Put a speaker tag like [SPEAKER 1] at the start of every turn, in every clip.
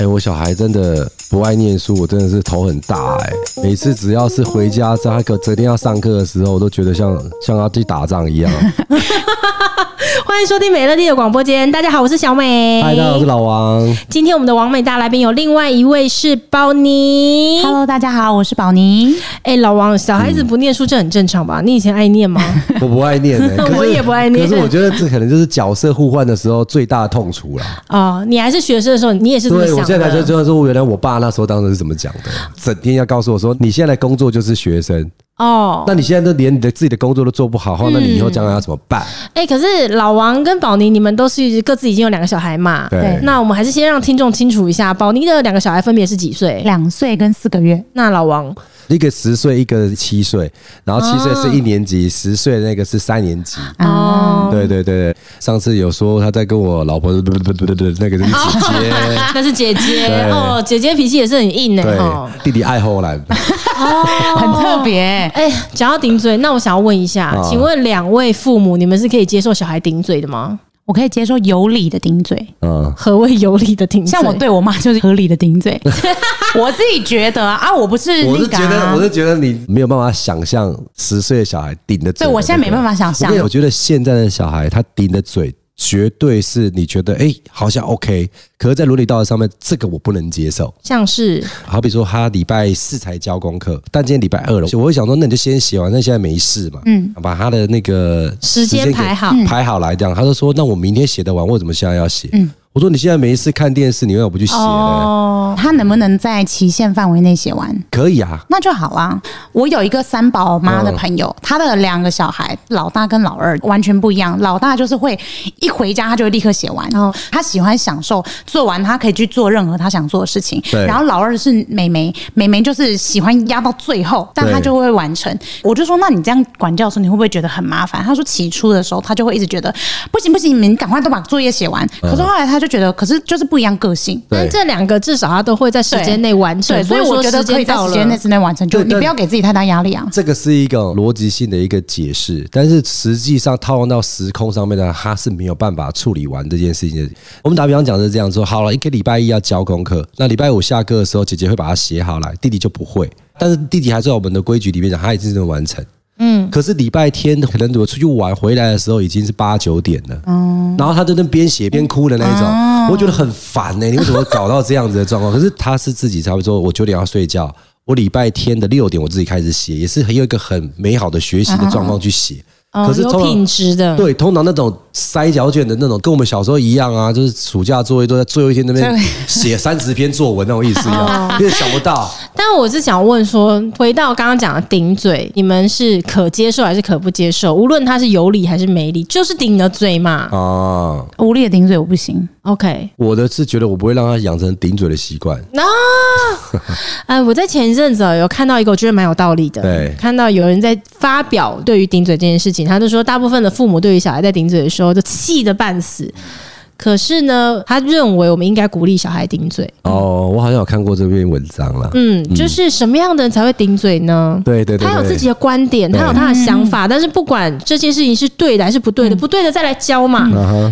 [SPEAKER 1] 哎、我小孩真的不爱念书，我真的是头很大哎、每次只要是回家，在他隔昨天要上课的时候，我都觉得像像要去打仗一样。
[SPEAKER 2] 欢迎收听美乐蒂的广播间，大家好，我是小美。
[SPEAKER 1] 嗨，大家好，我是老王。
[SPEAKER 2] 今天我们的王美大来宾有另外一位是包妮。
[SPEAKER 3] Hello，大家好，我是宝妮。
[SPEAKER 2] 哎、老王，小孩子不念书这很正常吧？
[SPEAKER 1] 嗯
[SPEAKER 2] 你以前 爱念吗？
[SPEAKER 1] 我不爱念 哎、可是
[SPEAKER 2] 我也不爱念
[SPEAKER 1] 可是我觉得这可能就是角色互换的时候最大的痛楚啦。
[SPEAKER 2] 哦，你还是学生的时候，你也是这么
[SPEAKER 1] 对，我
[SPEAKER 2] 想
[SPEAKER 1] 现在才
[SPEAKER 2] 的。
[SPEAKER 1] 知道说，原来我爸那时候当时是怎么讲的，整天要告诉我说，你现在工作就是学生，
[SPEAKER 2] 哦，
[SPEAKER 1] 那你现在都连你的自己的工作都做不好，那你以后将来要怎么办？
[SPEAKER 2] 哎、可是老王跟宝妮，你们都是各自已经有两个小孩嘛？
[SPEAKER 1] 对
[SPEAKER 2] 那我们还是先让听众清楚一下，宝妮的两个小孩分别是几岁？
[SPEAKER 3] 两岁跟四个月，
[SPEAKER 2] 那老王，
[SPEAKER 1] 一个十岁，一个七岁，然后七岁是一年级，十岁那个是三年级。
[SPEAKER 2] 哦，
[SPEAKER 1] 对对对，上次有说他在跟我老婆那个是姐
[SPEAKER 3] 哦
[SPEAKER 1] 姐，
[SPEAKER 2] 那是姐姐
[SPEAKER 1] 对
[SPEAKER 2] 哦，姐姐脾气也是很硬的、欸、哦。
[SPEAKER 1] 对，弟弟爱后 来，
[SPEAKER 3] 很特别。
[SPEAKER 2] 哎，讲到顶嘴，那我想要问一下，
[SPEAKER 1] 啊
[SPEAKER 2] 请问两位父母，你们是可以接受小孩顶嘴的吗？
[SPEAKER 3] 我可以接受有理的顶嘴，
[SPEAKER 1] 嗯，
[SPEAKER 2] 何谓有理的顶嘴？
[SPEAKER 3] 像我对我妈就是合理的顶 嘴。我自己觉得啊，我不是
[SPEAKER 1] 我
[SPEAKER 3] 那
[SPEAKER 1] 是
[SPEAKER 3] 个
[SPEAKER 1] 觉得，
[SPEAKER 3] 啊
[SPEAKER 1] 我是觉得你没有办法想象十岁的小孩顶的嘴。
[SPEAKER 3] 对我现在没办法想象
[SPEAKER 1] 我跟你讲我觉得现在的小孩他顶的嘴，绝对是你觉得哎、诶好像 OK，可是，在伦理道德上面，这个我不能接受。
[SPEAKER 2] 像是
[SPEAKER 1] 好比说，他礼拜四才交功课，但今天礼拜二了，我会想说，那你就先写完，那现在没事嘛，嗯，把他的那个
[SPEAKER 2] 时间
[SPEAKER 1] 给
[SPEAKER 2] 排好
[SPEAKER 1] 排好来这样。他就说，那我明天写得完，为什么现在要写？我说你现在没事看电视，你为什么不去写呢？
[SPEAKER 2] 哦，
[SPEAKER 3] 她能不能在期限范围内写完。
[SPEAKER 1] 可以啊，
[SPEAKER 3] 那就好啦。我有一个三宝妈的朋
[SPEAKER 1] 嗯
[SPEAKER 3] 友，她的两个小孩，老大跟老二完全不一样。老大就是会一回家，他就会立刻写完，然后他喜欢享受做完，他可以去做任何他想做的事情。
[SPEAKER 1] 对
[SPEAKER 3] 然后老二是美眉，美眉就是喜欢压到最后，但
[SPEAKER 1] 对
[SPEAKER 3] 她就会完成。我就说，那你这样管教的时候，你会不会觉得很麻烦？他说起初的时候，他就会一直觉得不行不行，你们赶快都把作业写完。
[SPEAKER 1] 嗯
[SPEAKER 3] 可是后来他就觉得，可是就是不一样个性。
[SPEAKER 1] 对。
[SPEAKER 2] 但哎这两个至少他都会在时间内完成
[SPEAKER 3] 对，，所以
[SPEAKER 2] 不会
[SPEAKER 3] 我
[SPEAKER 2] 说
[SPEAKER 3] 觉得
[SPEAKER 2] 时
[SPEAKER 3] 可以
[SPEAKER 2] 间
[SPEAKER 3] 在
[SPEAKER 2] 到
[SPEAKER 3] 时
[SPEAKER 2] 了
[SPEAKER 3] 间内之内完成，就
[SPEAKER 1] 对
[SPEAKER 3] 你
[SPEAKER 1] 但
[SPEAKER 3] 不要给自己太大压力啊。
[SPEAKER 1] 这个是一个逻辑性的一个解释，但是实际上套用到时空上面呢，它是没有办法处理完这件事情的。我们打比方讲是这样说，好了，一个礼拜一要交功课，那礼拜五下课的时候，姐姐会把它写好来，弟弟就不会。但是弟弟还是在我们的规矩里面讲，他也是能完成。嗯，可是礼拜天可能我出去玩回来的时候已经是八九点了，嗯，然后他在那边写边哭的那一种，我觉得很烦欸呢、你为什么搞到这样子的状况？可是他是自己差不多，我九点要睡觉，我礼拜天的六点我自己开始写，也是很有一个很美好的学习的状况去写。
[SPEAKER 2] 哦
[SPEAKER 1] 可是
[SPEAKER 2] 有
[SPEAKER 1] 通
[SPEAKER 2] 品
[SPEAKER 1] 常
[SPEAKER 2] 质的，
[SPEAKER 1] 对，通常那种塞脚卷的那种，跟我们小时候一样啊，就是暑假作业都在最后一天那边
[SPEAKER 3] 最后
[SPEAKER 1] 写三十篇作文那种意思一样，因为想不到。
[SPEAKER 2] 但我是想问说，回到刚刚讲的顶嘴，你们是可接受还是可不接受？无论他是有理还是没理，就是顶了嘴嘛。
[SPEAKER 1] 啊，
[SPEAKER 3] 无力的顶嘴我不行，
[SPEAKER 2] OK，
[SPEAKER 1] 我的是觉得我不会让他养成顶嘴的习惯。
[SPEAKER 2] 那、呃，啊我在前一阵子哦有看到一个我觉得蛮有道理的，
[SPEAKER 1] 对
[SPEAKER 2] 看到有人在发表对于顶嘴这件事情，他就说大部分的父母对于小孩在顶嘴的时候就气得半死，可是呢，他认为我们应该鼓励小孩顶嘴。
[SPEAKER 1] 哦，我好像有看过这篇文章啦。
[SPEAKER 2] 嗯，就是什么样的人才会顶嘴呢？
[SPEAKER 1] 对对对，
[SPEAKER 2] 他有
[SPEAKER 1] 对
[SPEAKER 2] 自己的观点，
[SPEAKER 1] 对嗯
[SPEAKER 2] 他有他的想法，但是不管这件事情是对的还是不对的，不对的再来教嘛。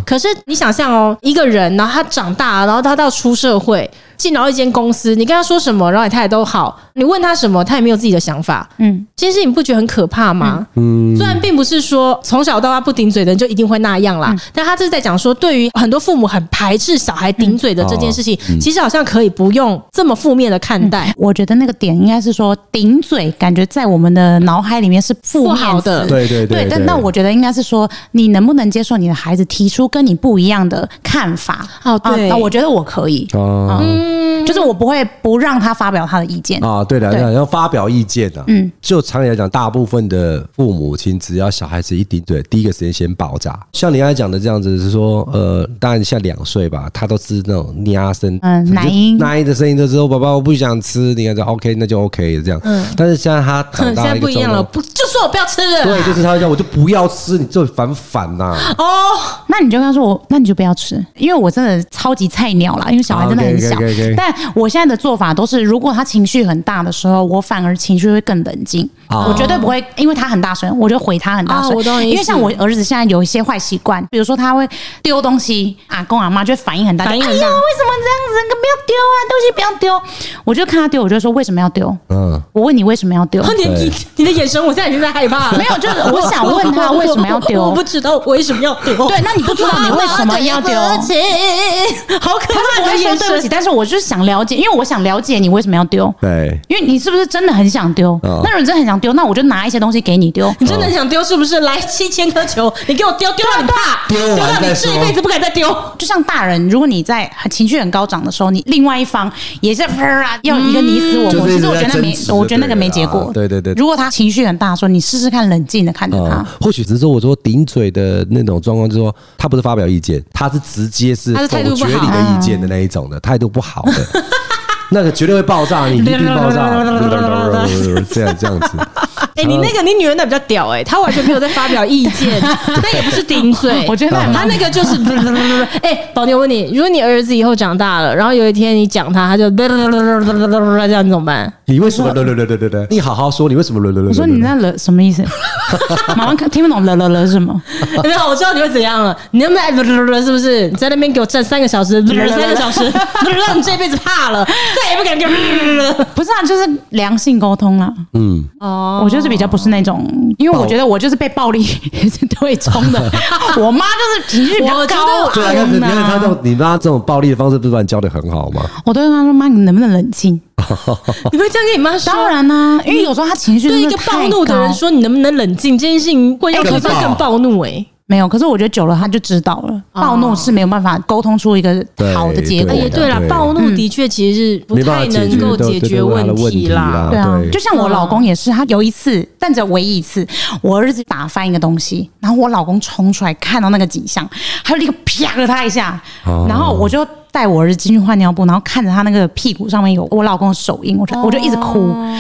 [SPEAKER 2] 可是你想象哦，一个人，然后他长大，然后他到出社会，进到一间公司，你跟他说什么，然后他也都好，你问他什么，他也没有自己的想法。
[SPEAKER 3] 嗯，
[SPEAKER 2] 这件事情你不觉得很可怕吗？嗯虽然并不是说从小到大不顶嘴的人就一定会那样啦，但他这是在讲说，对于很多父母很排斥小孩顶嘴的这件事情，其实好像可以不用这么负面的看待。
[SPEAKER 3] 我觉得那个点应该是说顶嘴，感觉在我们的脑海里面是负面
[SPEAKER 2] 不好的
[SPEAKER 3] 词
[SPEAKER 1] 对对
[SPEAKER 3] 对
[SPEAKER 1] 对，
[SPEAKER 3] 但那我觉得应该是说，你能不能接受你的孩子提出跟你不一样的看法？
[SPEAKER 2] 哦对
[SPEAKER 3] 啊我觉得我可以，
[SPEAKER 1] 啊
[SPEAKER 2] 嗯
[SPEAKER 3] 就是我不会不让他发表他的意见。
[SPEAKER 1] 啊，对的，
[SPEAKER 3] 对
[SPEAKER 1] 对的要发表意见啊。嗯，就常理来讲，大部分的父母亲只要小孩子一顶嘴，第一个时间先爆炸。像你刚才讲的这样子，是说呃，当然像两岁吧，他都是那种呀声，
[SPEAKER 3] 嗯奶音
[SPEAKER 1] 奶音的声音的时候，爸爸我不想吃，你看这 OK，那就 OK 这样。嗯，但是现在他长
[SPEAKER 2] 现
[SPEAKER 1] 大
[SPEAKER 2] 在
[SPEAKER 1] 了一
[SPEAKER 2] 不
[SPEAKER 1] 个
[SPEAKER 2] 一
[SPEAKER 1] 状
[SPEAKER 2] 样了，
[SPEAKER 1] 况，
[SPEAKER 2] 不就说我不要吃了。
[SPEAKER 1] 嗯对，就是他会讲我就不要吃，你这烦不烦呐、
[SPEAKER 2] 哦，
[SPEAKER 3] 那你就跟他说我，那你就不要吃，因为我真的超级菜鸟啦，因为小孩真的很小。
[SPEAKER 1] OK，OK，OK，OK
[SPEAKER 3] 但我现在的做法都是，如果他情绪很大的时候，我反而情绪会更冷静。
[SPEAKER 1] 哦
[SPEAKER 3] 我绝对不会，因为他很大声，我就回他很大声。
[SPEAKER 2] 哦我懂你意思
[SPEAKER 3] 因为像我儿子现在有一些坏习惯，比如说他会丢东西，阿公阿妈就会反应很大，
[SPEAKER 2] 反应很
[SPEAKER 3] 就
[SPEAKER 2] 大
[SPEAKER 3] 哎呦，为什么这样子？不要丢啊，东西不要丢。我就看他丢，我就说为什么要丢？
[SPEAKER 1] 嗯，
[SPEAKER 3] 我问你为什么要丢？
[SPEAKER 2] 你 你你的眼神，我现在已经在害怕了。
[SPEAKER 3] 没有，就是我想问他为什么要 丢。
[SPEAKER 2] 我不知道为什么要丢。
[SPEAKER 3] 对，那你不知道你为什么要丢？
[SPEAKER 2] 妈妈对不起好可
[SPEAKER 3] 他
[SPEAKER 2] 怕
[SPEAKER 3] 是不
[SPEAKER 2] 的
[SPEAKER 3] 会说
[SPEAKER 2] 眼
[SPEAKER 3] 对不起，
[SPEAKER 2] 神。
[SPEAKER 3] 但是我就是想了解，因为我想了解你为什么要丢，
[SPEAKER 1] 对，
[SPEAKER 3] 因为你是不是真的很想丢？
[SPEAKER 1] 嗯
[SPEAKER 3] 那如果你真的很想丢，那我就拿一些东西给你丢。
[SPEAKER 2] 你真的很想丢是不是？来七千颗球，你给我丢，丢到你怕，
[SPEAKER 1] 对
[SPEAKER 3] 啊
[SPEAKER 2] 丢
[SPEAKER 1] 丢完
[SPEAKER 2] 到你
[SPEAKER 1] 再
[SPEAKER 2] 这
[SPEAKER 1] 说
[SPEAKER 2] 一辈子不敢再丢。
[SPEAKER 3] 就像大人，如果你在很情绪很高涨的时候，你另外一方也是啪啦要一个你死我
[SPEAKER 1] 嗯就
[SPEAKER 3] 活，
[SPEAKER 1] 是一
[SPEAKER 3] 其
[SPEAKER 1] 直
[SPEAKER 3] 实我觉得那
[SPEAKER 1] 在
[SPEAKER 3] 没
[SPEAKER 1] 争，执
[SPEAKER 3] 我觉得
[SPEAKER 1] 就
[SPEAKER 3] 那
[SPEAKER 1] 对
[SPEAKER 3] 个没
[SPEAKER 1] 了
[SPEAKER 3] 结
[SPEAKER 1] 啊
[SPEAKER 3] 果。
[SPEAKER 1] 对对对
[SPEAKER 3] 如果他情绪很大的时候，你试试看冷静的看着他
[SPEAKER 1] 嗯，，或许只是我说顶嘴的那种状况，就是说他不是发表意见，他是直接是
[SPEAKER 2] 他是
[SPEAKER 1] 否
[SPEAKER 2] 态
[SPEAKER 1] 决
[SPEAKER 2] 度不好
[SPEAKER 1] 你的意见的那一种的，态度不好的， 那个绝对会爆炸，你一定爆炸，这样这样子，
[SPEAKER 2] 哎，你
[SPEAKER 3] 嗯
[SPEAKER 2] 那个你女儿那比较屌哎，她完全没有在发表意 见，那也不是顶嘴。
[SPEAKER 3] 我觉得那
[SPEAKER 1] 嗯
[SPEAKER 3] 也蛮
[SPEAKER 2] 她那个就是， 哎，宝弟，我问你，如果你儿子以后长大了，然后有一天你讲他，他就 这样，你怎么办？
[SPEAKER 1] 你为什么？对对对对对对，你好好说，你为什么？
[SPEAKER 3] 我说你那了什么 意思？妈妈看听不懂了了了是什么？
[SPEAKER 2] 没有，我知道你会怎样了。你能不能是不是？你在那边给我站三个小 时，三个小时，让你这辈子怕了，再也不敢给 我。
[SPEAKER 3] 不是啊，就是良性沟通啊啦。
[SPEAKER 1] 嗯，
[SPEAKER 2] 哦
[SPEAKER 3] 我就是比较不是那种，因为我觉得我就是被暴力 对冲 的。我妈就是情绪比较
[SPEAKER 2] 我觉得
[SPEAKER 3] 高
[SPEAKER 1] 对啊，
[SPEAKER 3] 昂
[SPEAKER 1] 你看他这
[SPEAKER 3] 啊
[SPEAKER 1] 种，你妈这种暴力的方式，不是把你教的很好吗？
[SPEAKER 3] 我都跟她说：“妈，你能不能冷静
[SPEAKER 2] 你会这样跟你妈？”说？
[SPEAKER 3] 当然啦、因为有时候她情绪
[SPEAKER 2] 对一
[SPEAKER 3] 真
[SPEAKER 2] 个
[SPEAKER 3] 的
[SPEAKER 2] 暴
[SPEAKER 3] 太
[SPEAKER 2] 怒的人
[SPEAKER 3] 高
[SPEAKER 2] 说你能不能冷静，这件事情会让对方更暴怒哎、
[SPEAKER 3] 没有，可是我觉得久了她就知道了，
[SPEAKER 2] 哦
[SPEAKER 3] 暴怒是没有办法沟通出一个好的结果
[SPEAKER 2] 哎也
[SPEAKER 1] 对
[SPEAKER 3] 的。
[SPEAKER 2] 对啦，
[SPEAKER 1] 对
[SPEAKER 2] 暴怒的确其实是不
[SPEAKER 1] 没办
[SPEAKER 2] 太
[SPEAKER 1] 法解
[SPEAKER 2] 能
[SPEAKER 1] 决
[SPEAKER 2] 够
[SPEAKER 1] 的
[SPEAKER 2] 解
[SPEAKER 1] 对
[SPEAKER 2] 决
[SPEAKER 1] 对对问
[SPEAKER 2] 题
[SPEAKER 1] 题
[SPEAKER 2] 啦。
[SPEAKER 1] 啦
[SPEAKER 3] 对啊
[SPEAKER 1] 对，
[SPEAKER 3] 就像我老公也是，他有一次，但只有唯一一次，我儿子打翻一个东西，然后我老公冲出来看到那个景象，他就立刻啪了他一下，
[SPEAKER 1] 哦
[SPEAKER 3] 然后我就带我儿子进去换尿布，然后看着他那个屁股上面有我老公的手印，我就我就一直哭，
[SPEAKER 1] 哦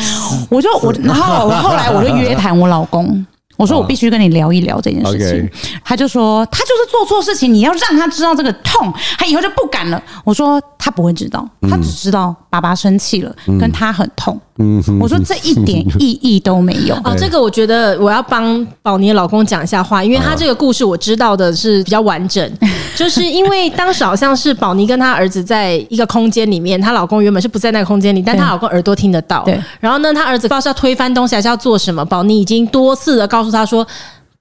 [SPEAKER 3] 我就我，然后我后来我就约谈我老公。我说我必须跟你聊一聊这件事情
[SPEAKER 1] OK，
[SPEAKER 3] 他就说他就是做错事情，你要让他知道这个痛，他以后就不敢了。我说他不会知道，他只知道爸爸生气了，
[SPEAKER 1] 嗯
[SPEAKER 3] 跟他很痛。我说这一点意义都没 有。
[SPEAKER 2] 哦，这个我觉得我要帮宝妮的老公讲一下话，因为
[SPEAKER 1] 嗯
[SPEAKER 2] 他这个故事我知道的是比较完 整，就是因为当时好像是宝妮跟她儿子在一个空间里面，她老公原本是不在那个空间里，但她
[SPEAKER 3] 对
[SPEAKER 2] 老公耳朵听得到。
[SPEAKER 3] 对
[SPEAKER 2] 然后呢，她儿子不知道是要推翻东西还是要做什么，宝妮已经多次的告诉他说。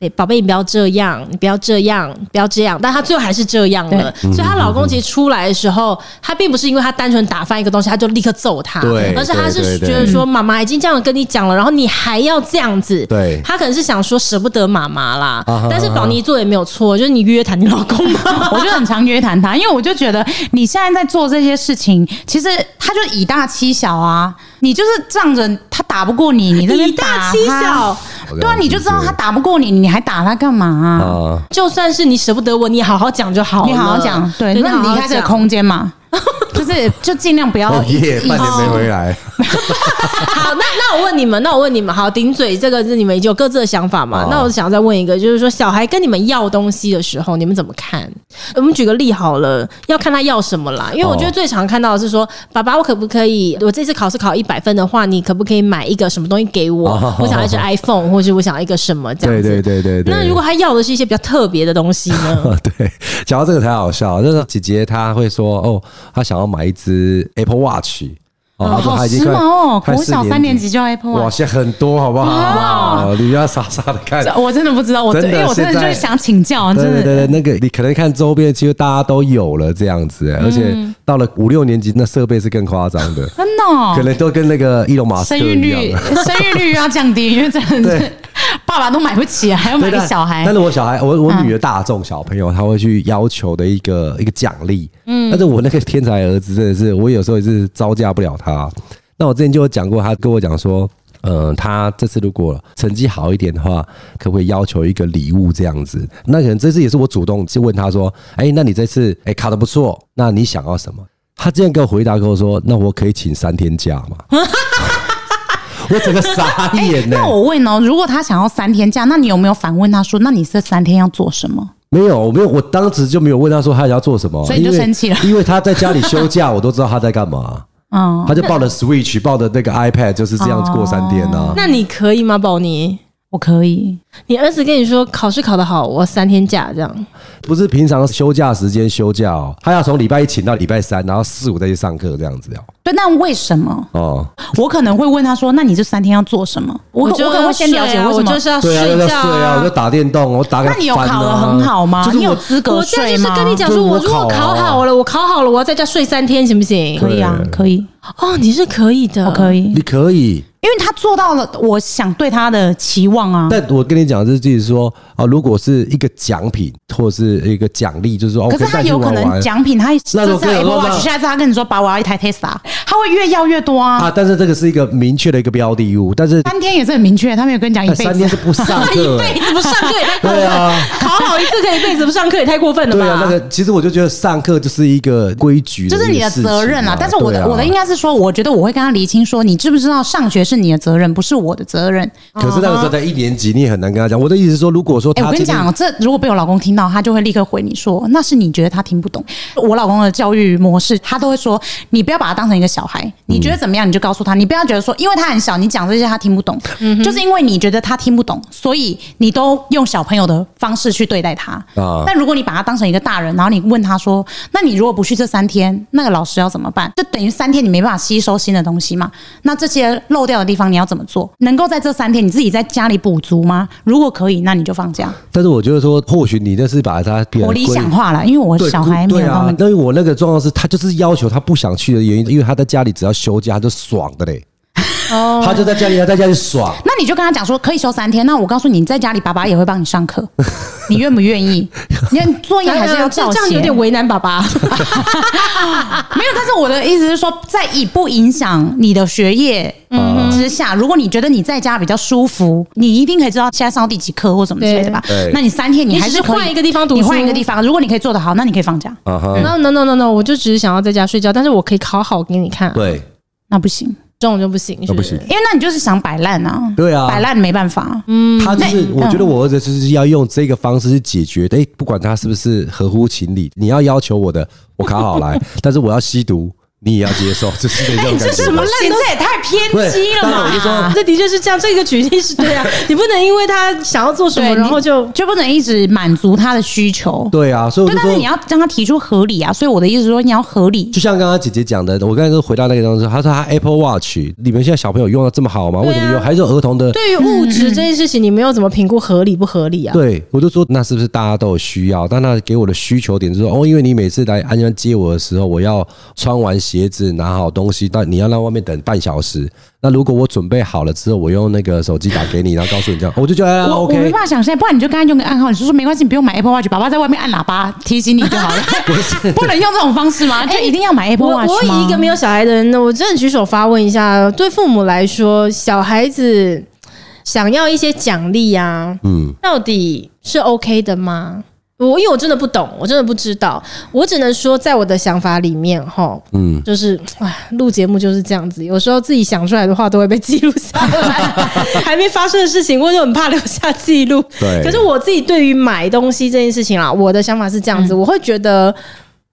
[SPEAKER 2] 诶宝贝，你不要这样，你不要这样，不要这样。但她最后还是这样了，所以她老公其实出来的时候，她并不是因为她单纯打翻一个东西，她就立刻揍她，
[SPEAKER 1] 对
[SPEAKER 2] 而是她是
[SPEAKER 1] 对对
[SPEAKER 2] 觉
[SPEAKER 1] 对
[SPEAKER 3] 嗯
[SPEAKER 2] 得说妈妈已经这样跟你讲了，然后你还要这样子，
[SPEAKER 1] 对
[SPEAKER 2] 他可能是想说舍不得妈妈啦
[SPEAKER 1] 啊哈，
[SPEAKER 2] 但是宝妮做也没有错，就是你约谈你老公嘛，
[SPEAKER 3] 我就很常约谈他，因为我就觉得你现在在做这些事情，其实他就以大欺小啊，你就是仗着他打不过 你，你在那边
[SPEAKER 2] 以大
[SPEAKER 3] 打
[SPEAKER 2] 欺
[SPEAKER 3] 他
[SPEAKER 2] 小，
[SPEAKER 3] 对啊，你就知道他打不过你，你还打他干嘛、
[SPEAKER 1] 啊，
[SPEAKER 2] 就算是你舍不得我，你也好好讲就好了，
[SPEAKER 3] 你好好讲，对，那你离开这个，空间 嘛，就是就尽量不要
[SPEAKER 1] 哦
[SPEAKER 3] 一
[SPEAKER 1] 耶，半年没回来，
[SPEAKER 2] 好好好，那那我问你们，那我问你们，好，顶嘴这个是你们已经有各自的想法嘛
[SPEAKER 1] 哦？
[SPEAKER 2] 那我想再问一个，就是说小孩跟你们要东西的时候，你们怎么看？嗯我们举个例好了，要看他要什么啦，因为我觉得
[SPEAKER 1] 哦
[SPEAKER 2] 最常看到的是说，爸爸，我可不可以，我这次考试考一百分的话，你可不可以买一个什么东西给我？
[SPEAKER 1] 哦
[SPEAKER 2] 我想要一只 iPhone，或是我想要一个什么这样
[SPEAKER 1] 对
[SPEAKER 2] 子。
[SPEAKER 1] 对对对对。
[SPEAKER 2] 那如果他要的是一些比较特别的东西呢？
[SPEAKER 1] 啊，对，讲到这个才好笑。那个姐姐她会说，哦，她想要买一只 Apple Watch，哦，她说她
[SPEAKER 3] 好
[SPEAKER 1] 已经
[SPEAKER 3] 时髦
[SPEAKER 1] 快
[SPEAKER 3] 哦，
[SPEAKER 1] 快
[SPEAKER 3] 国
[SPEAKER 1] 四
[SPEAKER 3] 小三年级就要 Apple
[SPEAKER 1] 哇，
[SPEAKER 3] Watch。
[SPEAKER 1] 现在很多好不好？你不要傻傻的看。
[SPEAKER 3] 我真的不知道，我
[SPEAKER 1] 真的
[SPEAKER 3] 因为我真的
[SPEAKER 1] 现
[SPEAKER 3] 就
[SPEAKER 1] 在
[SPEAKER 3] 是想请教，真
[SPEAKER 1] 对对
[SPEAKER 3] 的
[SPEAKER 1] 对对，那个你可能看周边，其实大家都有了这样子，
[SPEAKER 3] 嗯
[SPEAKER 1] 而且到了五六年级，那设备是更夸张的，
[SPEAKER 3] 真的哦
[SPEAKER 1] 可能都跟那个伊隆马斯
[SPEAKER 3] 生
[SPEAKER 1] 克
[SPEAKER 3] 育
[SPEAKER 1] 一样
[SPEAKER 3] 率。生育率要降低，因为真的是
[SPEAKER 1] 啊对
[SPEAKER 3] 爸爸都买不起，啊还要买
[SPEAKER 1] 对
[SPEAKER 3] 给
[SPEAKER 1] 但
[SPEAKER 3] 小孩
[SPEAKER 1] 但。是我小孩，我我女儿大众小朋友，她会去要求的一个一个奖励。嗯，但是我那个天才儿子真的是，我有时候也是招架不了他。那我之前就有讲过，他跟我讲说。嗯，他这次如果成绩好一点的话，可不可以要求一个礼物这样子？那可能这次也是我主动去问他说：“哎、那你这次哎、考的不错，那你想要什么？”他竟然给我回答跟我说：“那我可以请三天假 吗？”我整个傻眼呢、
[SPEAKER 3] 那我问哦，如果他想要三天假，那你有没有反问他说，那你这三天要做什么？
[SPEAKER 1] 没有，我没有，我当时就没有问他说他要做什么，
[SPEAKER 3] 所以你 就
[SPEAKER 1] 因为
[SPEAKER 3] 生气了
[SPEAKER 1] 因为他在家里休假，我都知道他在干嘛。
[SPEAKER 3] 嗯，
[SPEAKER 1] 他就抱着 Switch，抱 着那个 iPad，就是这样子过三天
[SPEAKER 3] 哦
[SPEAKER 1] 啊。
[SPEAKER 2] 那你可以吗，宝妮？
[SPEAKER 3] 我可以，
[SPEAKER 2] 你儿子跟你说考试考得好，我三天假这样，
[SPEAKER 1] 不是平常休假时间休假哦，他要从礼拜一请到礼拜三，然后四五再去上课这样子哦。
[SPEAKER 3] 对，但为什么？
[SPEAKER 1] 哦，
[SPEAKER 3] 我可能会问他说：“那你这三天要做什么？”我可
[SPEAKER 2] 就
[SPEAKER 3] 我可能会先了解
[SPEAKER 2] 要睡
[SPEAKER 3] 为
[SPEAKER 2] 啊
[SPEAKER 3] 什
[SPEAKER 2] 我
[SPEAKER 3] 么
[SPEAKER 2] 就。是要
[SPEAKER 1] 对啊，要
[SPEAKER 2] 睡
[SPEAKER 1] 睡
[SPEAKER 2] 觉
[SPEAKER 1] 啊，我就打电动，我打给他
[SPEAKER 3] 那你有
[SPEAKER 1] 烦啊
[SPEAKER 3] 考得很好吗？
[SPEAKER 1] 就是
[SPEAKER 3] 你有
[SPEAKER 1] 我
[SPEAKER 3] 资格
[SPEAKER 2] 我现在
[SPEAKER 3] 睡
[SPEAKER 2] 就是
[SPEAKER 3] 吗？
[SPEAKER 2] 跟你讲说，
[SPEAKER 1] 就是我
[SPEAKER 2] 我如果
[SPEAKER 1] 考啊
[SPEAKER 2] 考好了，我考好了，我要在家睡三天，行不行？
[SPEAKER 3] 可以啊
[SPEAKER 1] 对，
[SPEAKER 3] 可以，
[SPEAKER 2] 哦，你是可以的，
[SPEAKER 3] 我可
[SPEAKER 2] 以。
[SPEAKER 3] 以，
[SPEAKER 1] 你可以，
[SPEAKER 3] 因为他做到了我想对他的期望啊。
[SPEAKER 1] 但我跟你讲，就是就是说啊，如果是一个奖品或者是一个奖励，就是说，哦
[SPEAKER 3] 可是他有可
[SPEAKER 1] 我带你去玩玩
[SPEAKER 3] 能奖品，他
[SPEAKER 1] 那
[SPEAKER 3] 这
[SPEAKER 1] 我
[SPEAKER 3] 次
[SPEAKER 1] 跟你
[SPEAKER 3] Apple
[SPEAKER 1] 说那
[SPEAKER 3] Watch，下次他跟你说把我要一台 Tesla，他会越要越多啊。
[SPEAKER 1] 啊，但是这个是一个明确的一个标的物，但是
[SPEAKER 3] 三天也是很明确，他没有跟你讲一
[SPEAKER 1] 哎
[SPEAKER 3] 辈
[SPEAKER 1] 三天
[SPEAKER 3] 子。
[SPEAKER 1] 是不上 课、
[SPEAKER 2] 一辈
[SPEAKER 1] 哎
[SPEAKER 2] 子不上课 也太过分
[SPEAKER 1] 对
[SPEAKER 2] 了，
[SPEAKER 1] 啊，
[SPEAKER 2] 考好一次可以一辈子不上课也太过分了
[SPEAKER 1] 对
[SPEAKER 2] 吧？
[SPEAKER 1] 啊，那个其实我就觉得上课就是一个规矩一
[SPEAKER 3] 就
[SPEAKER 1] 个事
[SPEAKER 3] 是
[SPEAKER 1] 情
[SPEAKER 3] 你
[SPEAKER 1] 嘛、
[SPEAKER 3] 的责任啊，但是我的、
[SPEAKER 1] 对啊
[SPEAKER 3] 我的应。该是说，我觉得我会跟他厘清说，你知不知道上学是你的责任，不是我的责任。
[SPEAKER 1] 可是那个时候在一年级，你也很难跟他讲。我的意思是说，如果说
[SPEAKER 3] 哎、
[SPEAKER 1] 他
[SPEAKER 3] 我跟你
[SPEAKER 1] 今天
[SPEAKER 3] 讲，这如果被我老公听到，他就会立刻回你说，那是你觉得他听不懂。我老公的教育模式，他都会说，你不要把他当成一个小孩，你觉得怎么样你就告诉他，你不要觉得说，因为他很小，你讲这些他听不懂，就是因为你觉得他听不懂，所以你都用小朋友的方式去对待他。
[SPEAKER 1] 啊
[SPEAKER 3] 但如果你把他当成一个大人，然后你问他说，那你如果不去这三天，那个老师要怎么办？就等于三天你没办法吸收新的东西嘛？那这些漏掉的地方你要怎么做？能够在这三天你自己在家里补足吗？如果可以，那你就放假。
[SPEAKER 1] 但是我觉得说，或许你那是把他变
[SPEAKER 3] 我
[SPEAKER 1] 成
[SPEAKER 3] 理
[SPEAKER 1] 规
[SPEAKER 3] 想化了，因为我
[SPEAKER 1] 对
[SPEAKER 3] 小孩没
[SPEAKER 1] 对
[SPEAKER 3] 有那
[SPEAKER 1] 啊
[SPEAKER 3] 么。
[SPEAKER 1] 因为我那个状况是，他就是要求他不想去的原因，因为他在家里只要休假他就爽的嘞，
[SPEAKER 2] 哦，
[SPEAKER 1] 他就在家里他在家里爽。
[SPEAKER 3] 那你就跟他讲说可以休三天，那我告诉你，你在家里爸爸也会帮你上 课，你愿不愿意？你看作业 还是要
[SPEAKER 2] 哎这
[SPEAKER 3] 照
[SPEAKER 2] 啊这样
[SPEAKER 3] 写。
[SPEAKER 2] 有点为难爸爸。
[SPEAKER 3] 没有，但是我的意思是说，在以不影响你的学业
[SPEAKER 1] 嗯
[SPEAKER 3] 之下，如果你觉得你在家比较舒服，你一定可以知道现在上到第几课或什么之类的吧
[SPEAKER 1] 对对？
[SPEAKER 3] 那你三天还是
[SPEAKER 2] 你只是
[SPEAKER 3] 可以
[SPEAKER 2] 换一个地方读
[SPEAKER 3] 你换
[SPEAKER 2] 书
[SPEAKER 3] 一个地方，如果你可以做得好，那你可以放假，
[SPEAKER 1] 啊哈，
[SPEAKER 2] no no no no no，我就只是想要在家睡觉，但是我可以考好给你看，
[SPEAKER 1] 对，
[SPEAKER 3] 那不行，
[SPEAKER 2] 这种就不行，
[SPEAKER 1] 那不
[SPEAKER 2] 是
[SPEAKER 1] 行
[SPEAKER 2] 是。
[SPEAKER 3] 因为那你就是想摆烂啊，
[SPEAKER 1] 嗯对啊
[SPEAKER 3] 摆烂没办法，
[SPEAKER 2] 嗯
[SPEAKER 1] 他就是，我觉得
[SPEAKER 3] 嗯
[SPEAKER 1] 我儿子就是要用这个方式去解决。哎，不管他是不是合乎情理，你要要求我的，我考好 来，但是我要吸毒，你也要接受，这是那种感觉吧。
[SPEAKER 3] 烂？这也太偏激
[SPEAKER 1] 对
[SPEAKER 3] 了
[SPEAKER 1] 当然
[SPEAKER 3] 嘛！
[SPEAKER 1] 我就说
[SPEAKER 2] 这的确是这样，这个举例是 对啊，你不能因为他想要做什么，
[SPEAKER 3] 对
[SPEAKER 2] 然后就
[SPEAKER 3] 你就不能一直满足他的需求。
[SPEAKER 1] 对啊，所以我
[SPEAKER 3] 对，
[SPEAKER 1] 就
[SPEAKER 3] 但是你
[SPEAKER 1] 说，
[SPEAKER 3] 要让他提出合理啊，所以我的意思是说你要合理。
[SPEAKER 1] 就像刚刚姐姐讲的，我刚才就回到那个东西，她说她 Apple Watch，你们现在小朋友用的这么好
[SPEAKER 3] 啊
[SPEAKER 1] 吗？为什么有还是有儿童的？
[SPEAKER 2] 对于物质这件事情，你没有怎么评估合理不合理啊？
[SPEAKER 1] 对，我就说那是不是大家都有需要？但他给我的需求点就是说，哦，因为你每次来安安接我的时候，我要穿完鞋子，拿好东西，但你要让外面等半小时。那如果我准备好了之后，我用那个手机打给你，然后告诉你这样，我就觉得、哎
[SPEAKER 3] 我我没
[SPEAKER 1] OK。
[SPEAKER 3] 办法想象，不然你就刚才用个暗号，你就说没关系，你不用买 Apple Watch，爸爸在外面按喇叭提醒你 就好了。不能用这种方式吗？就一定要买 Apple
[SPEAKER 2] 我
[SPEAKER 3] Watch
[SPEAKER 2] 哎我以
[SPEAKER 3] 吗？
[SPEAKER 2] 一个没有小孩的人呢，我真的举手发问一下，对父母来说，小孩子想要一些奖励啊，
[SPEAKER 1] 嗯，
[SPEAKER 2] 到底是 OK 的吗？我因为我真的不懂，我真的不知道，我只能说，在我的想法里面，哈，嗯，就是唉，录节目就是这样子，有时候自己想出来的话都会被记录下来， 还没发生的事情，我就很怕留下记录。
[SPEAKER 1] 对
[SPEAKER 2] 可是我自己对于买东西这件事情啦，我的想法是这样子，我会觉得。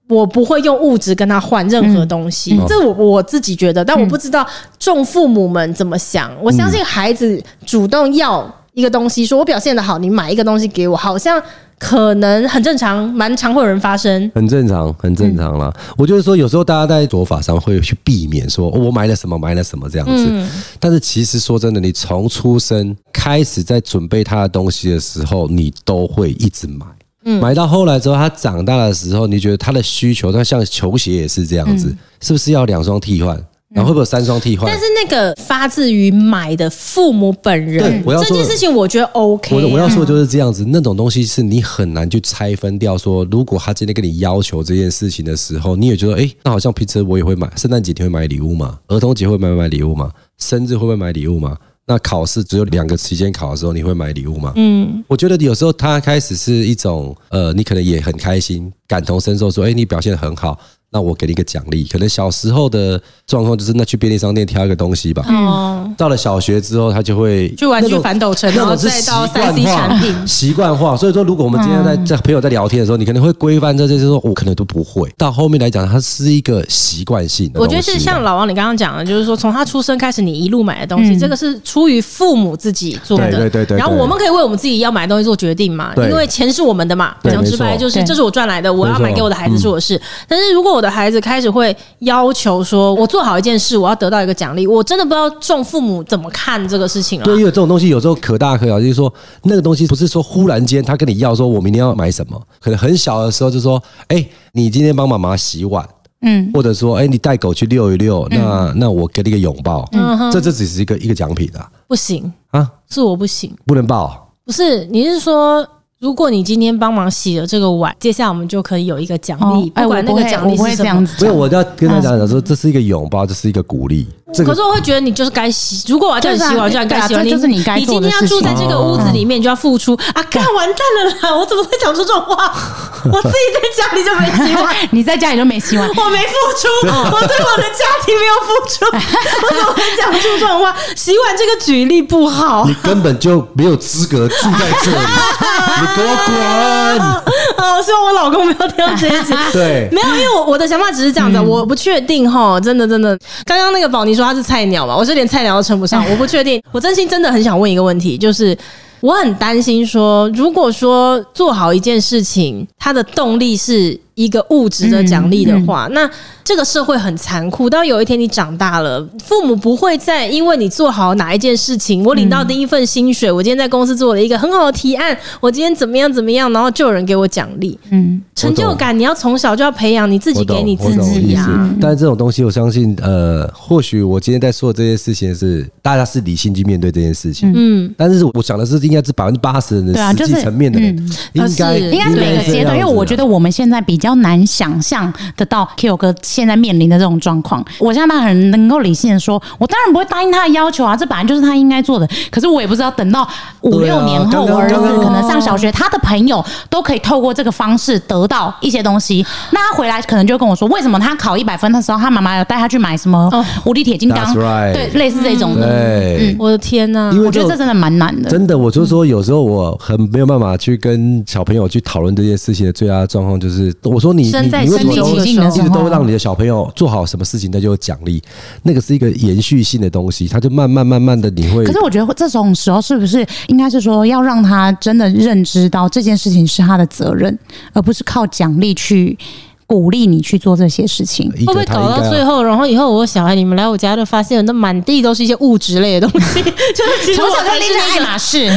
[SPEAKER 2] 我不会用物质跟他换任何东西，
[SPEAKER 1] 嗯
[SPEAKER 2] 这我我自己觉得，但我不知道众父母们怎么想。我相信孩子主动要一个东西，说我表现的好，你买一个东西给我，好像可能很正常，蛮常会有人发生。
[SPEAKER 1] 很正常，很正常啦。
[SPEAKER 2] 嗯
[SPEAKER 1] 我就是说，有时候大家在做法上会去避免说、哦我买了什么，买了什么这样子。
[SPEAKER 2] 嗯
[SPEAKER 1] 但是其实说真的，你从出生开始在准备他的东西的时候，你都会一直买。
[SPEAKER 2] 嗯
[SPEAKER 1] 买到后来之后，他长大的时候，你觉得他的需求，那像球鞋也是这样子，是不是要两双替换？然后会不会有三双替换
[SPEAKER 2] 嗯但？是那个发自于买的父母本人
[SPEAKER 1] 对，我要
[SPEAKER 2] 这
[SPEAKER 1] 说的
[SPEAKER 2] 件事情，我觉得 OK 啊、
[SPEAKER 1] 我的我要说的就是这样子，那种东西是你很难去拆分掉说。如果他今天跟你要求这件事情的时候，你也觉得，哎、那好像平时我也会买，圣诞节你会买礼物吗？儿童节会买买礼物吗？生日会不会买礼物吗？那考试只有两个期间考的时候，你会买礼物吗？嗯，我觉得有时候他开始是一种，呃，你可能也很开心，感同身受，说，哎、你表现得很好。那我给你一个奖励。可能小时候的状况就是，那去便利商店挑一个东西吧。
[SPEAKER 2] 哦，
[SPEAKER 1] 到了小学之后，他就会
[SPEAKER 2] 去玩具反斗城
[SPEAKER 1] 那种
[SPEAKER 2] 然后再到
[SPEAKER 1] 那种是习
[SPEAKER 2] 3C
[SPEAKER 1] 惯化
[SPEAKER 2] 产品嗯
[SPEAKER 1] 习惯化。所以说，如果我们今天在在朋友在聊天的时候，你可能会规范这些，就是说我可能都不会。到后面来讲，它是一个习惯性的东
[SPEAKER 2] 我
[SPEAKER 1] 西啊。
[SPEAKER 2] 觉得是像老王你刚刚讲的，就是说从他出生开始，你一路买的东西，这个是出于父母自己做的，
[SPEAKER 1] 嗯对对对对
[SPEAKER 2] 然后
[SPEAKER 1] 对
[SPEAKER 2] 我们可以为我们自己要买的东西做决定嘛，
[SPEAKER 1] 对
[SPEAKER 2] 因为钱是我们的嘛。
[SPEAKER 1] 对
[SPEAKER 2] 讲直白
[SPEAKER 1] 没错嗯
[SPEAKER 2] 就是
[SPEAKER 3] 对
[SPEAKER 2] 这是我赚来的，我要
[SPEAKER 1] 没错嗯
[SPEAKER 2] 买给我的孩子是我的事。但是如果我的孩子开始会要求说，我做好一件事，我要得到一个奖励，我真的不知道众父母怎么看这个事情了。啊
[SPEAKER 1] 对，因为这种东西有时候可大可小，就是说那个东西不是说忽然间他跟你要说，我明天要买什么，可能很小的时候就说，哎、你今天帮妈妈洗碗，
[SPEAKER 3] 嗯，
[SPEAKER 1] 或者说，哎、你带狗去遛一遛，
[SPEAKER 2] 嗯
[SPEAKER 1] 那那我给你一个拥抱，这这只是一个一个奖品啊，
[SPEAKER 2] 不行，
[SPEAKER 1] 啊，
[SPEAKER 2] 是我不行。
[SPEAKER 1] 不能抱，
[SPEAKER 2] 不是，你是说，如果你今天帮忙洗了这个碗，接下来我们就可以有一个奖励，
[SPEAKER 3] 哎
[SPEAKER 2] 不
[SPEAKER 3] 我
[SPEAKER 2] 管那
[SPEAKER 3] 不
[SPEAKER 2] 个
[SPEAKER 3] 会，
[SPEAKER 2] 奖
[SPEAKER 3] 我
[SPEAKER 2] 励
[SPEAKER 3] 不会
[SPEAKER 2] 是
[SPEAKER 3] 这
[SPEAKER 2] 什
[SPEAKER 3] 样
[SPEAKER 2] 么。
[SPEAKER 3] 子讲，
[SPEAKER 1] 所以我要跟他讲讲说，这是一个拥抱，这是一个鼓励，这
[SPEAKER 2] 可
[SPEAKER 1] 个
[SPEAKER 2] 是我会觉得你就是该洗，如果我要叫你洗碗，我就
[SPEAKER 3] 就是啊
[SPEAKER 2] 要该洗碗。
[SPEAKER 3] 对啊这就是你该
[SPEAKER 2] 你今
[SPEAKER 3] 做
[SPEAKER 2] 天
[SPEAKER 3] 的
[SPEAKER 2] 要
[SPEAKER 3] 事
[SPEAKER 2] 住
[SPEAKER 3] 情
[SPEAKER 2] 在这个
[SPEAKER 1] 哦
[SPEAKER 2] 屋子里面，你就要付出啊！干完蛋了啦！我怎么会讲出这种话？我自己在家里就 没洗碗，
[SPEAKER 3] 你在家里就没洗碗，
[SPEAKER 2] 我没付出，我对我的家庭没有付出，我怎么会讲出这种话？洗碗这个举例不好
[SPEAKER 1] 你，根本就没有资格住在这里，你给我滚！
[SPEAKER 2] 啊！希望我老公不要听到这一集。
[SPEAKER 1] 对
[SPEAKER 2] 没有，因为我我的想法只是这样子，我不确定哈，真的真的。刚刚那个宝妮说她是菜鸟嘛，我是连菜鸟都称不上，我不确定。我真心真的很想问一个问题，就是我很担心说，如果说做好一件事情，它的动力是一个物质的奖励的话，那这个社会很残酷。到有一天你长大了，父母不会再因为你做好哪一件事情，我领到第一份薪水，我今天在公司做了一个很好的提案，我今天怎么样怎么样，然后就有人给我奖励。
[SPEAKER 3] 嗯，
[SPEAKER 2] 成就感，你要从小就要培养你自己
[SPEAKER 1] 我懂
[SPEAKER 2] 给你自
[SPEAKER 1] 我懂
[SPEAKER 2] 己
[SPEAKER 1] 意
[SPEAKER 2] 呀、
[SPEAKER 1] 思但是这种东西，我相信，呃，或许我今天在说的这些事情是大家是理性去面对这件事情，嗯，但是我想的是，应该是百分之八十的
[SPEAKER 3] 对啊
[SPEAKER 1] 人实
[SPEAKER 3] 就
[SPEAKER 1] 际
[SPEAKER 3] 是
[SPEAKER 1] 层面的人，
[SPEAKER 2] 嗯
[SPEAKER 1] 应该
[SPEAKER 2] 是
[SPEAKER 3] 应该是每个阶段，因为我觉得。我们现在比较难想象得到 Q 哥现在面临的这种状况。我现在当然很能够理性的说，我当然不会答应他的要求啊，这本来就是他应该做的。可是我也不知道等到五
[SPEAKER 1] 对啊
[SPEAKER 3] 六年
[SPEAKER 1] 刚
[SPEAKER 3] 后，
[SPEAKER 1] 刚
[SPEAKER 3] 我儿子
[SPEAKER 1] 刚刚
[SPEAKER 3] 可能上小学，他的朋友都可以透过这个方式得到一些东西。那他回来可能就跟我说，为什么他考一百分的时候，他妈妈有带他去买什么
[SPEAKER 2] 哦
[SPEAKER 3] 无敌铁金刚
[SPEAKER 1] That's，right 嗯
[SPEAKER 3] 对，类似这种的。
[SPEAKER 1] 对，
[SPEAKER 2] 我的天呐、
[SPEAKER 1] 因为
[SPEAKER 3] 我觉得
[SPEAKER 1] 种
[SPEAKER 3] 这真的蛮难的。
[SPEAKER 1] 真的，我就说有时候我很没有办法去跟小朋友去讨论这件事情的最大的状况就是，我说你你
[SPEAKER 2] 身在
[SPEAKER 1] 你为什么
[SPEAKER 2] 身
[SPEAKER 1] 都
[SPEAKER 2] 临其
[SPEAKER 1] 一
[SPEAKER 2] 境的时
[SPEAKER 1] 直
[SPEAKER 3] 候
[SPEAKER 1] 都让你的小朋友做好什么事情，那就有奖励，那个是一个延续性的东西，他就慢慢慢慢的你会
[SPEAKER 3] 可是我觉得这种时候是不是应该是说要让他真的认知到这件事情是他的责任，而不是靠奖励去鼓励你去做这些事情？
[SPEAKER 1] 会
[SPEAKER 2] 会不会搞到最后，然后以后我小孩你们来我家就发现那满地都是一些物质类的东西， 就是其实
[SPEAKER 3] 从
[SPEAKER 2] 我
[SPEAKER 3] 小就
[SPEAKER 2] 才
[SPEAKER 3] 拎
[SPEAKER 2] 是
[SPEAKER 3] 着
[SPEAKER 2] 那
[SPEAKER 3] 爱
[SPEAKER 2] 个
[SPEAKER 3] 马仕，